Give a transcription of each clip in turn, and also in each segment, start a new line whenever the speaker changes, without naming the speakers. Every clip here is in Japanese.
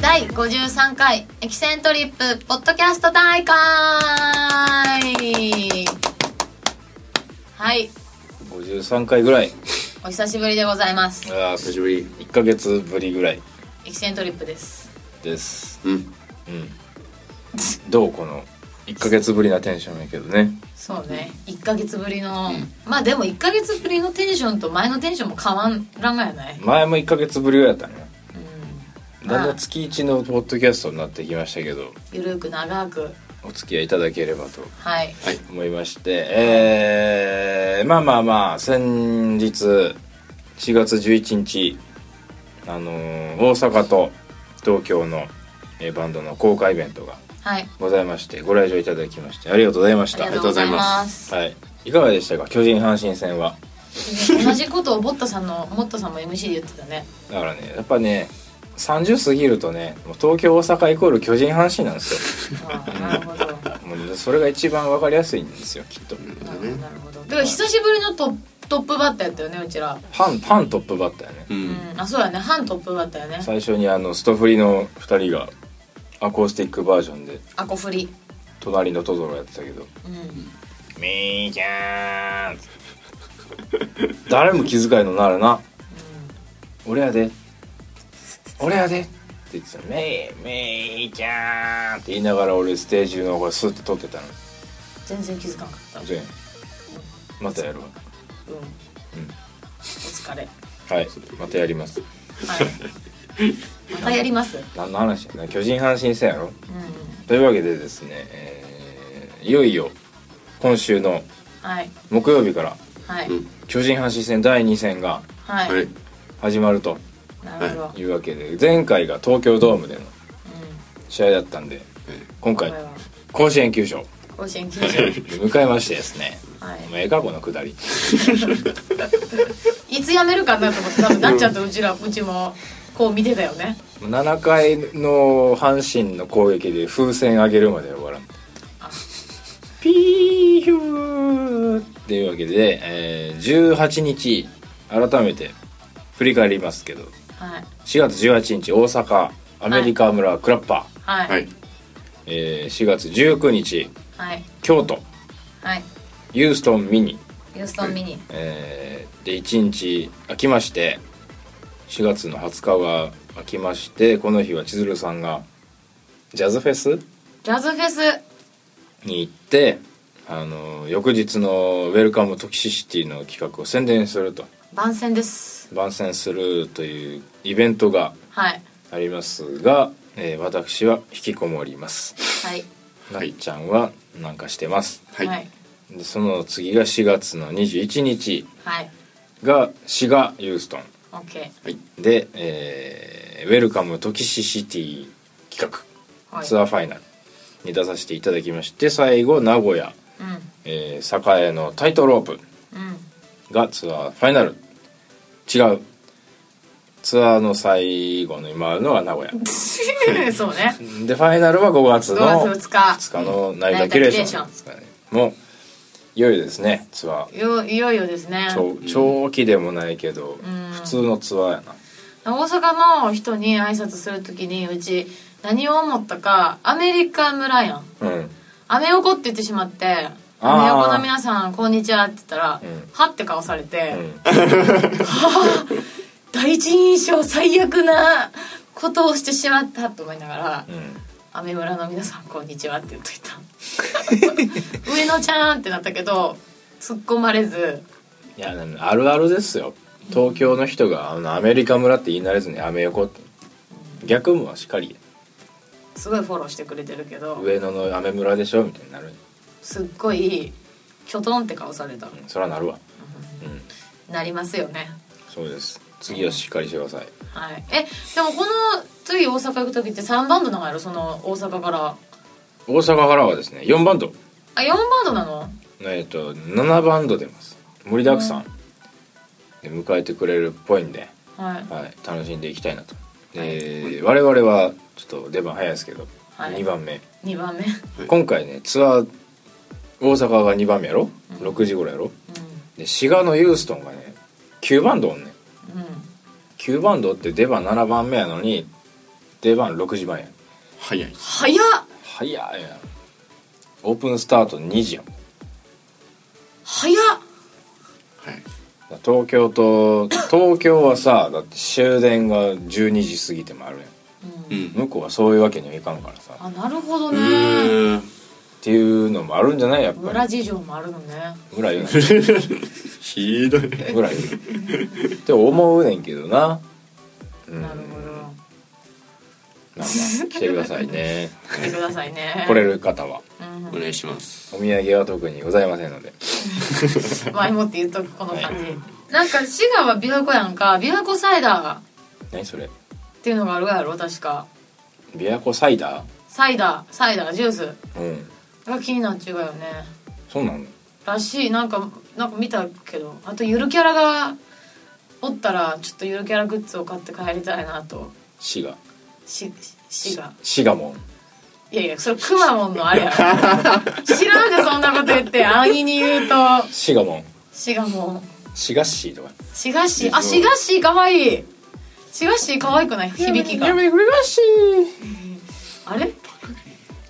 第53回エキセントリップポッドキャスト大会はい
53回ぐらい
お久しぶりでございます
ああ久しぶり1ヶ月ぶりぐらい
エキセントリップです
です
うん
うんどうこの1ヶ月ぶりなテンションやけどね
そうね1ヶ月ぶりの、
ん
まあでも1ヶ月ぶりのテンションと前のテンションも変わらんがやない、
前も1ヶ月ぶりぐらいやったね
うん、
だん
ま
だ
あ
ん月1のポッドキャストになってきましたけど
ゆるく長く
お付き合いいただければと
はい
思いましてえー、まあまあまあ先日4月11日あのー大阪と東京のえーバンドの公開イベントが
はい
ございましてご来場いただきましてありがとうございまし
あ
た
りがとうございま
あ
す
はい、いかがでしたか巨人阪神戦は
同じことをボッタさんのボッタさんも MC で言ってた ね
だからねやっぱね30過ぎるとねもう東京大阪イコール巨人阪神なんです
ああなるほどなる
よもうそれが一番わかりやすいんですよきっと
ほどなるほどだから久しぶりのトップトップバッターやったよねうちら
パンパントップバッターやね
うん
うんあそうやね半トップバッターやね
最初にあのストフリの2人がアコースティックバージョンで
アコフリ
「隣のトトロ」やってたけど
うん
「みーちゃーん」誰も気遣いのなるな「俺やで俺やで」って言ってた「めーめーちゃーん」って言いながら俺ステージの方がスッと撮ってたの
全然気づかなかったうん
全またやるわ
お疲れ
はいまたやります
はいまたやります
何の話やな巨人阪神戦やろ
うん
というわけでですね、えーいよいよ今週の
はい
木曜日から
はい
うん
巨人阪神戦第2戦が
は
はい
い
始まると
なるほど
いうわけで前回が東京ドームでの
うん
試合だったんで
こ
今回
れは
甲子園球場
甲子園球場
に向かいましてですね
は
お前かこの下り
いいつやめるかなと思って多分なっちゃんとうちらうちもこう見てたよね
7回の阪神の攻撃で風船上げるまで終わらんピーヒューっていうわけで、えー18日改めて振り返りますけど
はい
4月18日大阪アメリカ村クラッパー、
はい
はい
えー4月19日
はい
京都
はい
ユーストンミニ、
ユーストンミニ
えーで1日空きまして4月の20日が空きましてこの日は千鶴さんがジャズフェス
ジャズフェス
に行ってあの翌日のウェルカムトキシシティの企画を宣伝すると
番宣です
番宣するというイベントが
はい
ありますが、えー私は引きこもります
はい
な
は
っ
い
ちゃんはなんかしてます
はい
でその次が4月の21日
はい
が滋賀ユーストン
オッケ
で、えーウェルカムトキシシティ企
ー
画
はい
ツアーファイナルに出させていただきまして最後名古屋、
う
えー、栄のタイトロープ
んうん
がツアーファイナル違うツアーの最後の今あるのが名古屋
そうね
でファイナルは5月の
5月2日
2日の成田キュレーションですかねもういよいよですねツアー
いよいよいよですね
長長期でもないけど、
ん
普通のツアーやな
大阪の人に挨拶するときにうち何を思ったかアメリカ村やん
うん
アメ横って言ってしまって
あー
アメ横の皆さんこんにちはって言ったら、
うん
はって顔されて、
うん
はぁ第一印象最悪なことをしてしまったと思いながら、アメ村の皆さんこんにちはって言っといた 上野ちゃんってなったけど突っ込まれず
いやあるあるですよ東京の人があのアメリカ村って言い慣れずにアメ横って逆もしっかり
すごいフォローしてくれてるけど
上野のアメ村でしょみたいになる
すっごいきょとんって顔された
うんそらなるわうん
なりますよね
そうです次はしっかりしてください
はいえでもこの次大阪行く時って3バンドなのやろその大阪から
大阪からはですね4バンド
あ4バンドなの
えっと7バンド出ます盛りだくさんで迎えてくれるっぽいんで、
はい
はい、楽しんでいきたいなとで我々はちょっと出番早いですけど、
はい
2番目
2番目、
はい
今回ねツアー大阪が2番目やろ
うん
6時頃やろで滋賀のユーストンがね9バンドおんね
う
ん
んうん
9バンドって出番7番目やのに出番6時前やん
早い
早っ
早いやんオープンスタート2時やもん
早っ
はい
東京と東京はさだって終電が12時過ぎてもあるやん
うん
向こうはそういうわけにはいかんからさっ
あなるほど
う
ね
ーん
ていうのもあるんじゃないやっぱ
村
り
事情もあるのね
村言うな
ひどい
ぐらいって思うねんけどなうん
なるほど
まあまあ来てくださいね
来てくださいね
来れる方は
うん
お願いします
お土産は特にございませんので
前もって言っとくこの感じ、なんか滋賀は琵琶湖やんか琵琶湖サイダー
何それ
っていうのがあるやろ確か
琵琶湖サイダ
サイダーサイダージュース
ーうん
が気になっちゅうがよね
そうなの
らしいなんかなんか見たけどあとゆるキャラがおったらちょっとゆるキャラグッズを買って帰りたいなと
滋賀
ししが
滋賀もん
いやいやそれくまモンのあれやろ知らんでそんなこと言って安易に言うと
滋賀もん
しがもん
滋賀市とか
しがしあしがしかわいいしがしかわいくない響きが
めふがし
あれ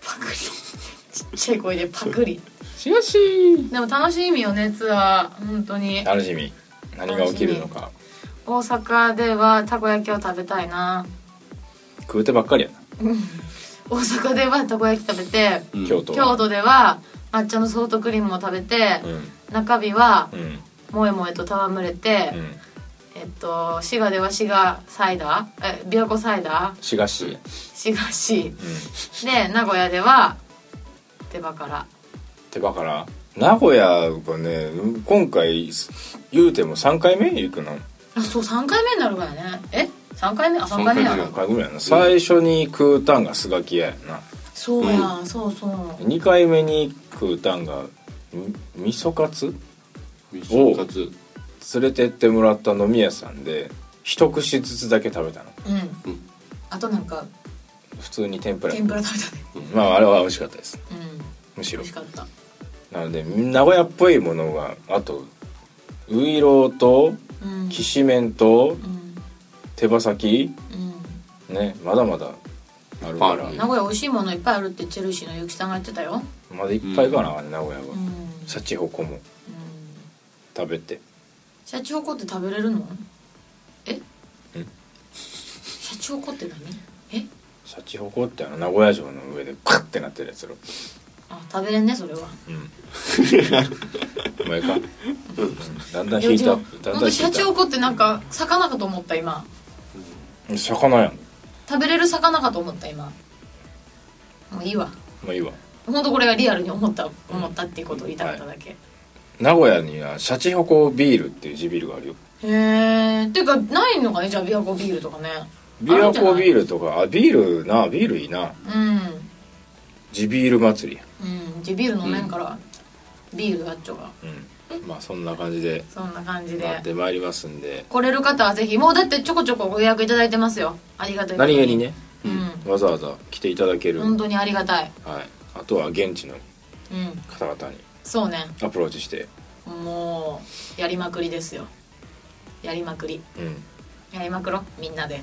パクリちっちゃい声でパクリ
滋賀市
でも楽しみよねツアー本当に
楽しみ何が起きるのか
大阪ではたこ焼きを食べたいな
食うてばっかりやな、
大阪ではたこ焼き食べて
うん
京都は
京都では抹茶のソフトクリームを食べて、
うん
中日は
うん
もえもえと戯れて、
うん
えっと滋賀では滋賀サイダーえ琵琶湖サイダー
滋賀市
滋賀市
うん
で名古屋では手羽から
手羽から名古屋がね今回言うても3回目行くの
あそう3回目になるからねえ三3回目あ三3回目や
三
な
回
3回ぐらいやな最初に食うたんがスガキ屋やな
そうや、そうそう
2回目に食うたんがみ味噌カツ
おかつ
連れてってもらった飲み屋さんで一口ずつだけ食べたの
うん、
うん
あとなんか
普通に天ぷら
天ぷら食べたね
うんまああれは美味しかったです
うん
むし
美
ろ
味しかった
なので名古屋っぽいものがあとウイローと
うん
きしめんと
うん
手羽先
うん
ねまだまだあるか
いっぱいあ
ら
るね
名古屋美味しいものいっぱいあるってチェルシーのゆきさんが言ってたよ
まだいっぱい行かなあかんね名古屋は
うん、うん、
シャチホコも食べて
シャチホコって食べれるのえシャチホコって何え
シャチホコってあの名古屋城の上でカッてなってるやつやろ
あ食べれんねそれは
うんお前か、うんだんだん
い
引
や
い
で
た
も
だ
なん
んだん
か
引
シャチホ
い
コってなんか魚かと思った今
た魚やん
食べれる魚かと思った今もういいわ
まあいいわ
本当これがリアルに思った思ったっていうことを言いたかっただけ、
名古屋にはシャチホコビールっていう地ビールがあるよ
へえていうかないのかねじゃあ琵琶湖ビールとかね
琵琶湖ビ
ル
ールとかあビールなビールいいな
うん
地ビール祭りや
うんじゃあビール飲めんから、ビールガッチョが
うんまあそんな感じで
そんな感じで
なってまいりますんで
来れる方はぜひもうだってちょこちょこご予約いただいてますよありがたいこと
何気にね
うん
わざわざ来ていただける、
本当にありがたい
はい、あとは現地の
うん
方々に
そうね
アプローチして、
もうやりまくりですよやりまくり
うん
やりまくろみんなで
は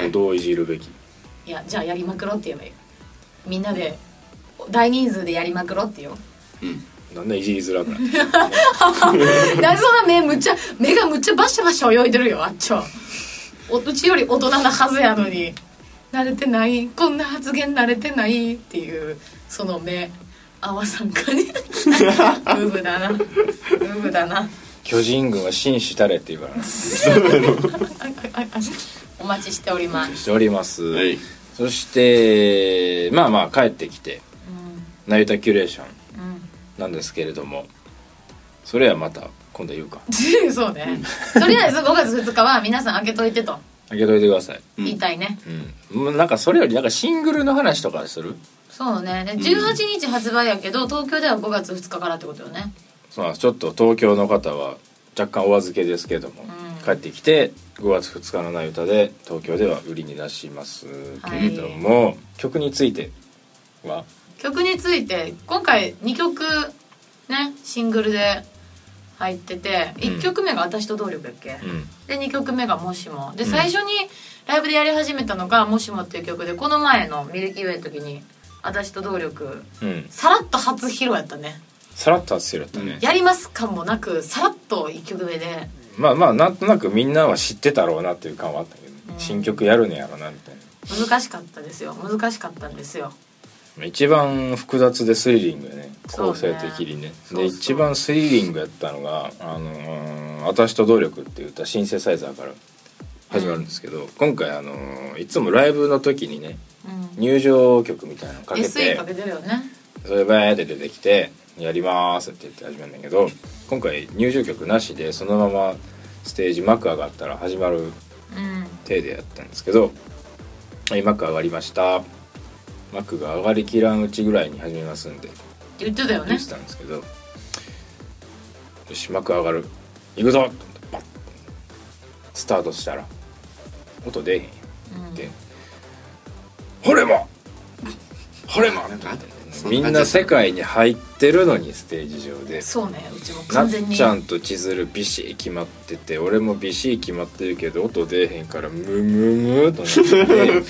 うん、
い
どういじるべき
いやじゃあやりまくろって言えばいいみんなで大人数でやりまくろってよ
うん
だんだんいじりづらくなって
なぜそんな目むっちゃ目がむっちゃバシャバシャ泳いでるよあっちょおうちより大人なはずやのに慣れてないこんな発言慣れてないっていうその目あわさんかに ウブだなウブだな
巨人軍は紳士たれっていうからし
お待ちしております、
ております、
はい
そしてまあまあ帰ってきて
う
成田キュレーション
んうん
なんですけれどもそれはまた今度言うか
そうね。とりあえず5月2日は皆さん開けといてと
開けといてください
うん
言いたいね。
うんもうなんかそれよりなんかシングルの話とかする
そうね。で18日発売やけど東京では5月2日からってことよね。
まあちょっと東京の方は若干お預けですけれども、
ん
帰ってきて5月2日の「なゆた」で東京では売りに出しますけれども、曲については
曲について今回2曲ねシングルで入ってて
うん
1曲目が「私と動力」やっけ
う、ん
で2曲目が「もしも」で最初にライブでやり始めたのが「もしも」っていう曲でこの前のミルキーウェイの時に私と動力
うん
さらっと初披露やったね
さらっと外せるやったね、
やります感もなくさらっと1曲目で
まあまあなんとなくみんなは知ってたろうなっていう感はあったけど、
うん
新曲やるねやろなみたいな
難しかったですよ難しかったんですよ
まあ一番複雑でスリリングやね
そう
構
ね
成的にね
そうそう
で一番スリリングやったのが「あのー私と動力」っていう歌シンセサイザーから始まるんですけど、今回、あのーいつもライブの時にね
うん
入場曲みたいなのかけて
SE かけてるよね
それバーって出てきて「やります」って言って始めるんだけど今回入場曲なしでそのままステージ幕上がったら始まる
うん
手でやったんですけど「はい幕上がりました」幕が上がりきらんうちぐらいに始めますんで
言ってたよ
言
ね
ってたんですけど「よし幕上がる行くぞ!」と思ってバッスタートしたら音出えへんよ
うん
って「ほれ もほれも!」
なんかあっ
みんな世界に入ってるのにステージ上で
そうねうちも
な
完
っ
全に
ちゃんと千鶴ビシッ決まってて俺もビシッ決まってるけど音出えへんからムムムーと なって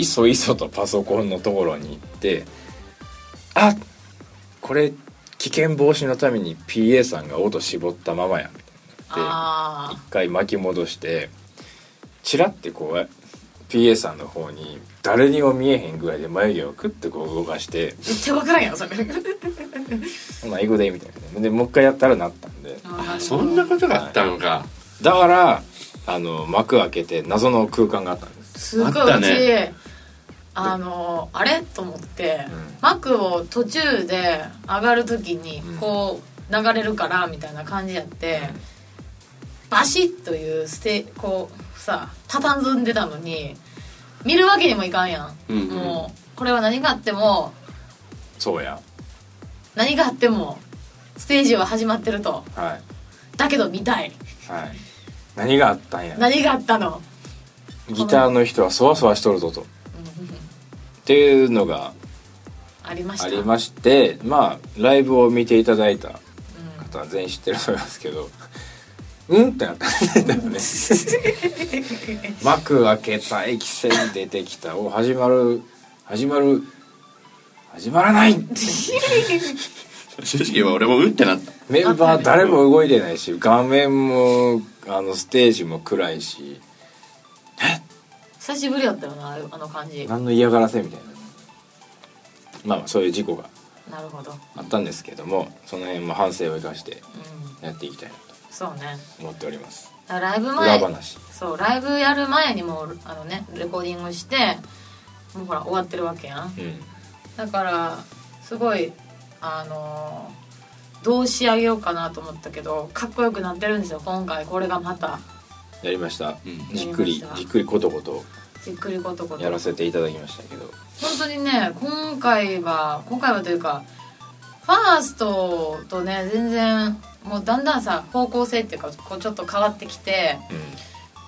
いそいそとパソコンのところに行ってあこれ危険防止のために PA さんが音絞ったままやみたいになって
あ
一回巻き戻してチラってこう PA さんの方に誰にも見えへんぐらいで眉毛をクッてこう動かして。
ー絶対分からんやろそれ
ほな英語でみたいなでもう一回やったらなったんで
あそんなことがあったのか
だからあの幕開けて謎の空間があったんです
すごい
あっ
うち
たね
あのあれと思って、
うん
マックを途中で上がる時に
うん
こう流れるからみたいな感じやって、バシッというステこうさ畳んでたのに見るわけにもいかんやん、
うんうん
もうこれは何があっても
そうや
何があってもステージは始まってると
はい
だけど見たい
はい何があったんや
何があったの
ギターの人はそわそわしとるぞとっ
うんうん
ていうのが
ありました
ありましてまあライブを見ていただいた
うん
方は全員知ってると思いますけどうんってなったんだよ ね幕開けた駅線出てきたお始まる始まる始まらない
正直は俺もうんってなった
メンバー誰も動いてないし画面もあのステージも暗いし
久しぶりやったよなああの感じな
何の嫌がらせみたいなまあまあそういう事故が
るほど、うん、
あったんですけどもその辺も反省を生かしてやっていきたいな
そうね
と思っております
だからライブ
裏
前
話
そうライブやる前にもうあのねレコーディングしてもうほら終わってるわけやん
うん
だからすごいあのーどう仕上げようかなと思ったけどかっこよくなってるんですよ今回これがまた
やりました、
うん
じっくり
やりました
じっくりことこと
じっくりことこと
やらせていただきましたけど
本当にね今回は今回はというかファーストとね全然もうだんだんさ方向性っていうかこうちょっと変わってきて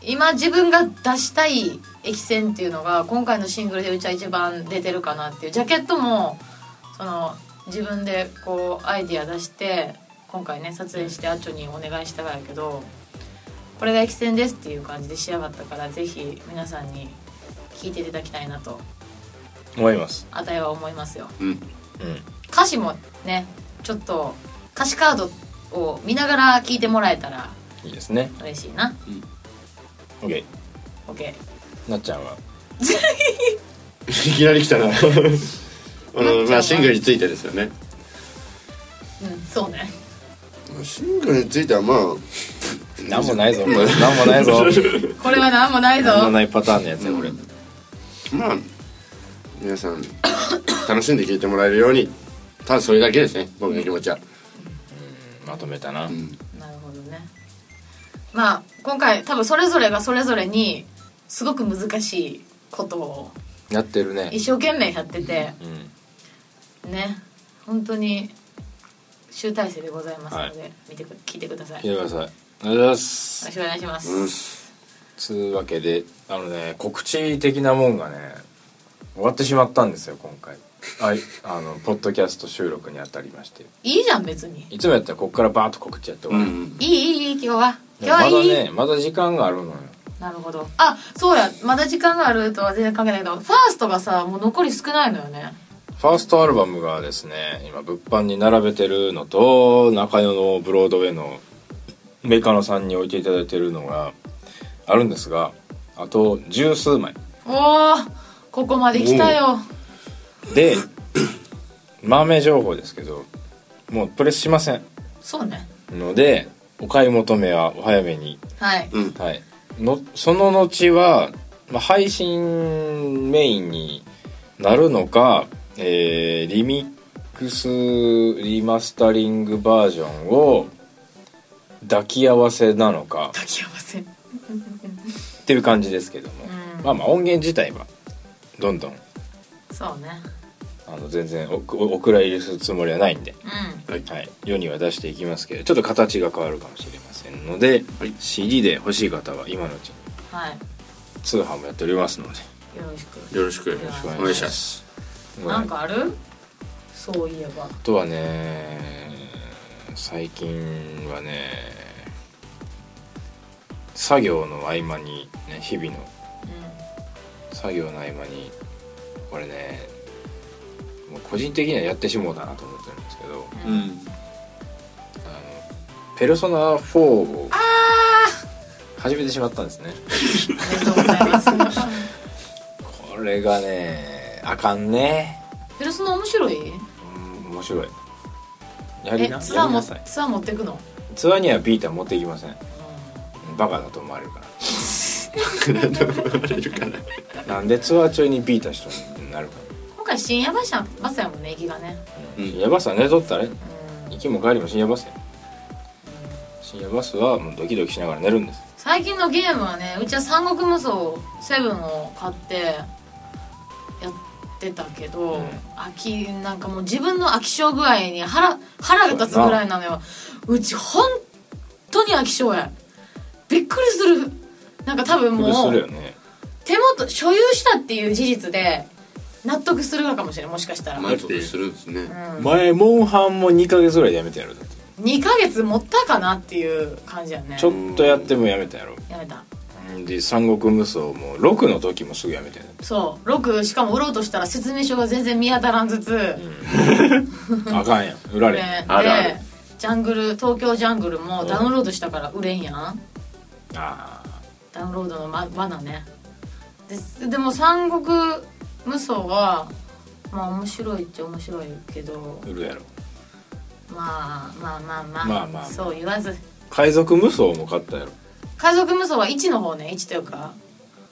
今自分が出したい駅線っていうのが今回のシングルでうちは一番出てるかなっていうジャケットもその自分でこうアイディア出して今回ね撮影してアッチョにお願いしたがやけどこれが駅線ですっていう感じで仕上がったからぜひ皆さんに聞いていただきたいなと
うん思います
あたいは思いますよ
うん
うん
歌詞もねちょっと歌詞カードを見ながら聞いてもらえたら
いいですね
嬉しいな
OK
OK
なっちゃんはい
きなり来たな あのまあシングルについてですよね
うんそうね
シングルについてはまあ
何もないぞこれ 何もないぞ
これは何もないぞ
何もないパターンのやつよこれ、
うんまあ皆さん楽しんで聴いてもらえるようにただそれだけですね僕の気持ちは、
まとめたな、
うん、
なるほどねまあ今回多分それぞれがそれぞれにすごく難しいことを
やってるね
一生懸命やってて
うん
ね本当に集大成でございますので、
は
見てく聞いてください
聞い
よ
てくださいありがとうございます
ろしくお願いします、
うん
つうわけであのね告知的なもんがね終わってしまったんですよ今回はいあのポッドキャスト収録にあたりまして
いいじゃん別に
いつもやったらこっからバーッと告知やって終わる、
いいいいいい今日は
で
今日は
もまだ
いい、
ねまだ時間があるのよ
なるほどあそうやまだ時間があるとは全然関係ないけどファーストがさもう残り少ないのよね
ファーストアルバムがですね今物販に並べてるのと中野のブロードウェイのメカノさんに置いていただいてるのがあるんですがあと十数枚
おおここまで来たよ
で豆情報ですけどもうプレスしません
そうね
のでお買い求めはお早めに
はい、
うん
はい、のその後は、まあ、配信メインになるのか、えーリミックスリマスタリングバージョンを抱き合わせなのか
抱き合わせ
っていう感じですけども、
うん
まあまあ音源自体はどんどん
そうね
あの全然おくおお蔵入りするつもりはないんで、
う
はい
はい、世には出していきますけどちょっと形が変わるかもしれませんので、
はい
CD で欲しい方は今のうちに
んはい
通販もやっておりますので。
よろしく
よろしく
ろしく
お願いします
なんかあるそういえば
あとはね最近はね作業の合間に、ね、日々の
う
作業の合間にこれねもう個人的にはやってしもうだなと思ってるんですけど
ん、うん、
あのペルソナ4を始めてしまったんですね
おめでとうございます
これがねあかんね
ペルソナ面白い
うん面白いやり
え
な
ツア
や
ー
りな
も
さい
ツアー持ってくの、
ツアーにはビータ持っていきませんバカだと思われるからなんでツアー中にビータしたになるか
今回深夜バスやバスやもんね行きがね
うん
深夜バスは寝とったらね
うん
行きも帰りも深夜バスや深夜バスはもうドキドキしながら寝るんです
最近のゲームはねうちは「三国無双セブン」を買ってやってたけど、
うん
飽きなんかもう自分の飽き性具合に腹腹が立つぐらいなのようち本当に飽き性やびっくりするなんか多分
びっくり
も
するよ
う
ね
手元所有したっていう事実で納得するのかもしれないもしかしたら、
満足するんですね
う
前モンハンも2ヶ月ぐらいでやめたやろだって
ん、2ヶ月持ったかなっていう感じやね
ちょっとやってもやめたやろ
やめた
で三国無双も6の時もすぐやめたや
そう6しかも売ろうとしたら説明書が全然見当たらんずつ、
ろあかんやん売られへん
ね
あるある
でジャングル東京ジャングルもダウンロードしたから売れんやん
あ
ダウンロードのま罠ねででも三国無双はまあ面白いっちゃ面白いけど
あ売るやろ
まあまあまあまあ、
まあまあ
そう言わず
海賊無双も買ったやろ
家族無双は1の方ね1というか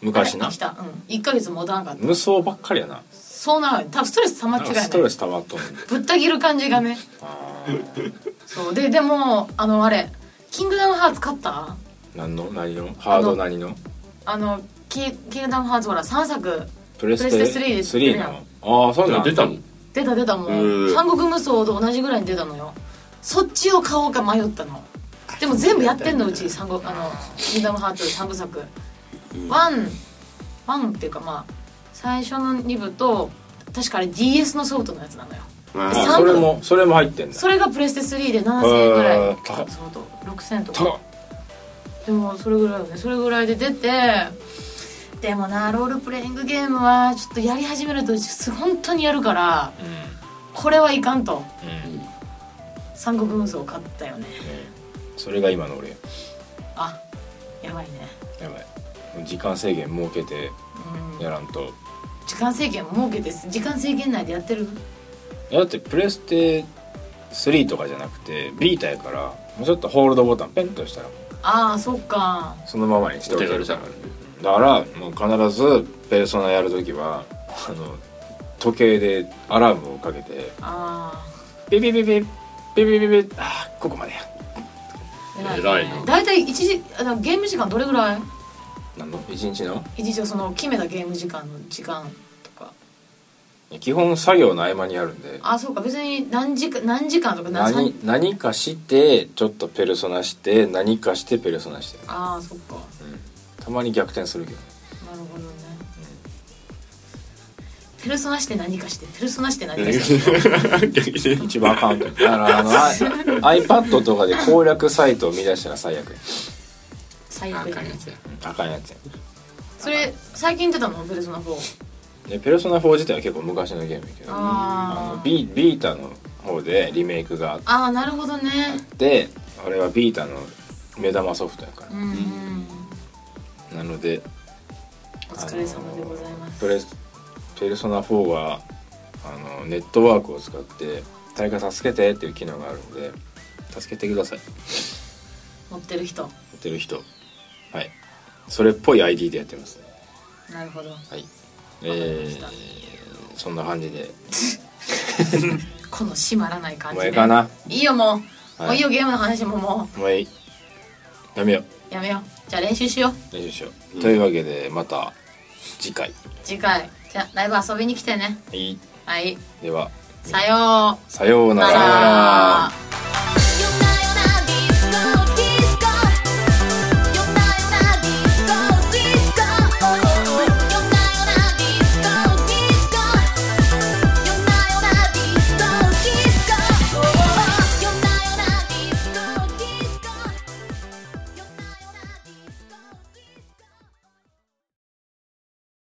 昔
あ
な
れ来たうん1ヶ月もたんかった
無双ばっかりやな
そうなのよ多分ストレス溜まっ
な
ち
ん
ゃう
か
よ
ス
ね
トレス溜まっとんねん
ぶった切る感じがね
あー
そうででもあのあれ「キングダムハーツ」買った
何の何のハード何の
あのキ「キングダムハーツ」ほら3作
プレステ
プレステ3で
3のああそうなん
出たの
出た出たも
う
うん三国無双と同じぐらいに出たのよそっちを買おうか迷ったのでも全部やって んのうち三国あの「キングダムハーツ」3部作ワンワンっていうかまあ最初の2部と確かあれ DS のソフトのやつなのよ
ま
あ
三
ー
部
それもそれも入ってんだ
それがプレステ3で7000円ぐら
へ
い
ー高っ
そうと6000と
高っ
かでもそれぐらいよねそれぐらいで出てでもなロールプレイングゲームはちょっとやり始めるとうちす本当にやるから
う
これはいかんと
んうん
三国無双を買ったよね
それが今の俺や
あやばいね
ばいもう時間制限設けて
うん
やらんと
時間制限設けて時間制限内でやってる
だってプレステ3とかじゃなくてビータやからもうちょっとホールドボタンペンとしたら
ああそっか
そのままにして
お
おけ
手軽
る
さ
だからもう必ずペルソナやるときはあの時計でアラームをかけて
あ
ビビビビビビビビあーここまでや
あ偉
偉
い
いな
ね大体1時あのゲーム時間どれぐらい
何の一日の
一日をその決めたゲーム時間の時間とか
基本作業の合間にやるんで
あそうか別に何時間何時間とか何
何何かしてちょっとペルソナして何かしてペルソナしてる、
ああそっか
たまに逆転するけど
なるほどねペルソナして何かしてペルソナして何かして
逆
一番アカウント だからあの iPad とかで攻略サイトを見出したら最悪や
最
あ
悪
かんやつや
あかんやつや
それ最近出たのペルソナ4
でペルソナ4自体は結構昔のゲームやけどあ
あ
の
ー
ビビータの方でリメイクがあっ
あーなるほどね
てあれはビータの目玉ソフトやから
うん、うん、
なので
お疲れ様でございま
あの
す
プレスペルソナ4はあのネットワークを使って誰か助けてっていう機能があるので助けてください
持ってる人
持ってる人はいそれっぽい ID でやってますね
なるほど
はい
りま
えー
した、
そんな感じで
この閉まらない感じ
もう
ね
ええかない
いよもう、
はい
もういいよゲームの話もも
もういいやめよう
うやめようじゃあ練習しよう
大丈夫でしょう、
うん
というわけでまた次回
次回じゃあライブ遊びに来てね
はい
はい
では
さよ
さよう
う
なら。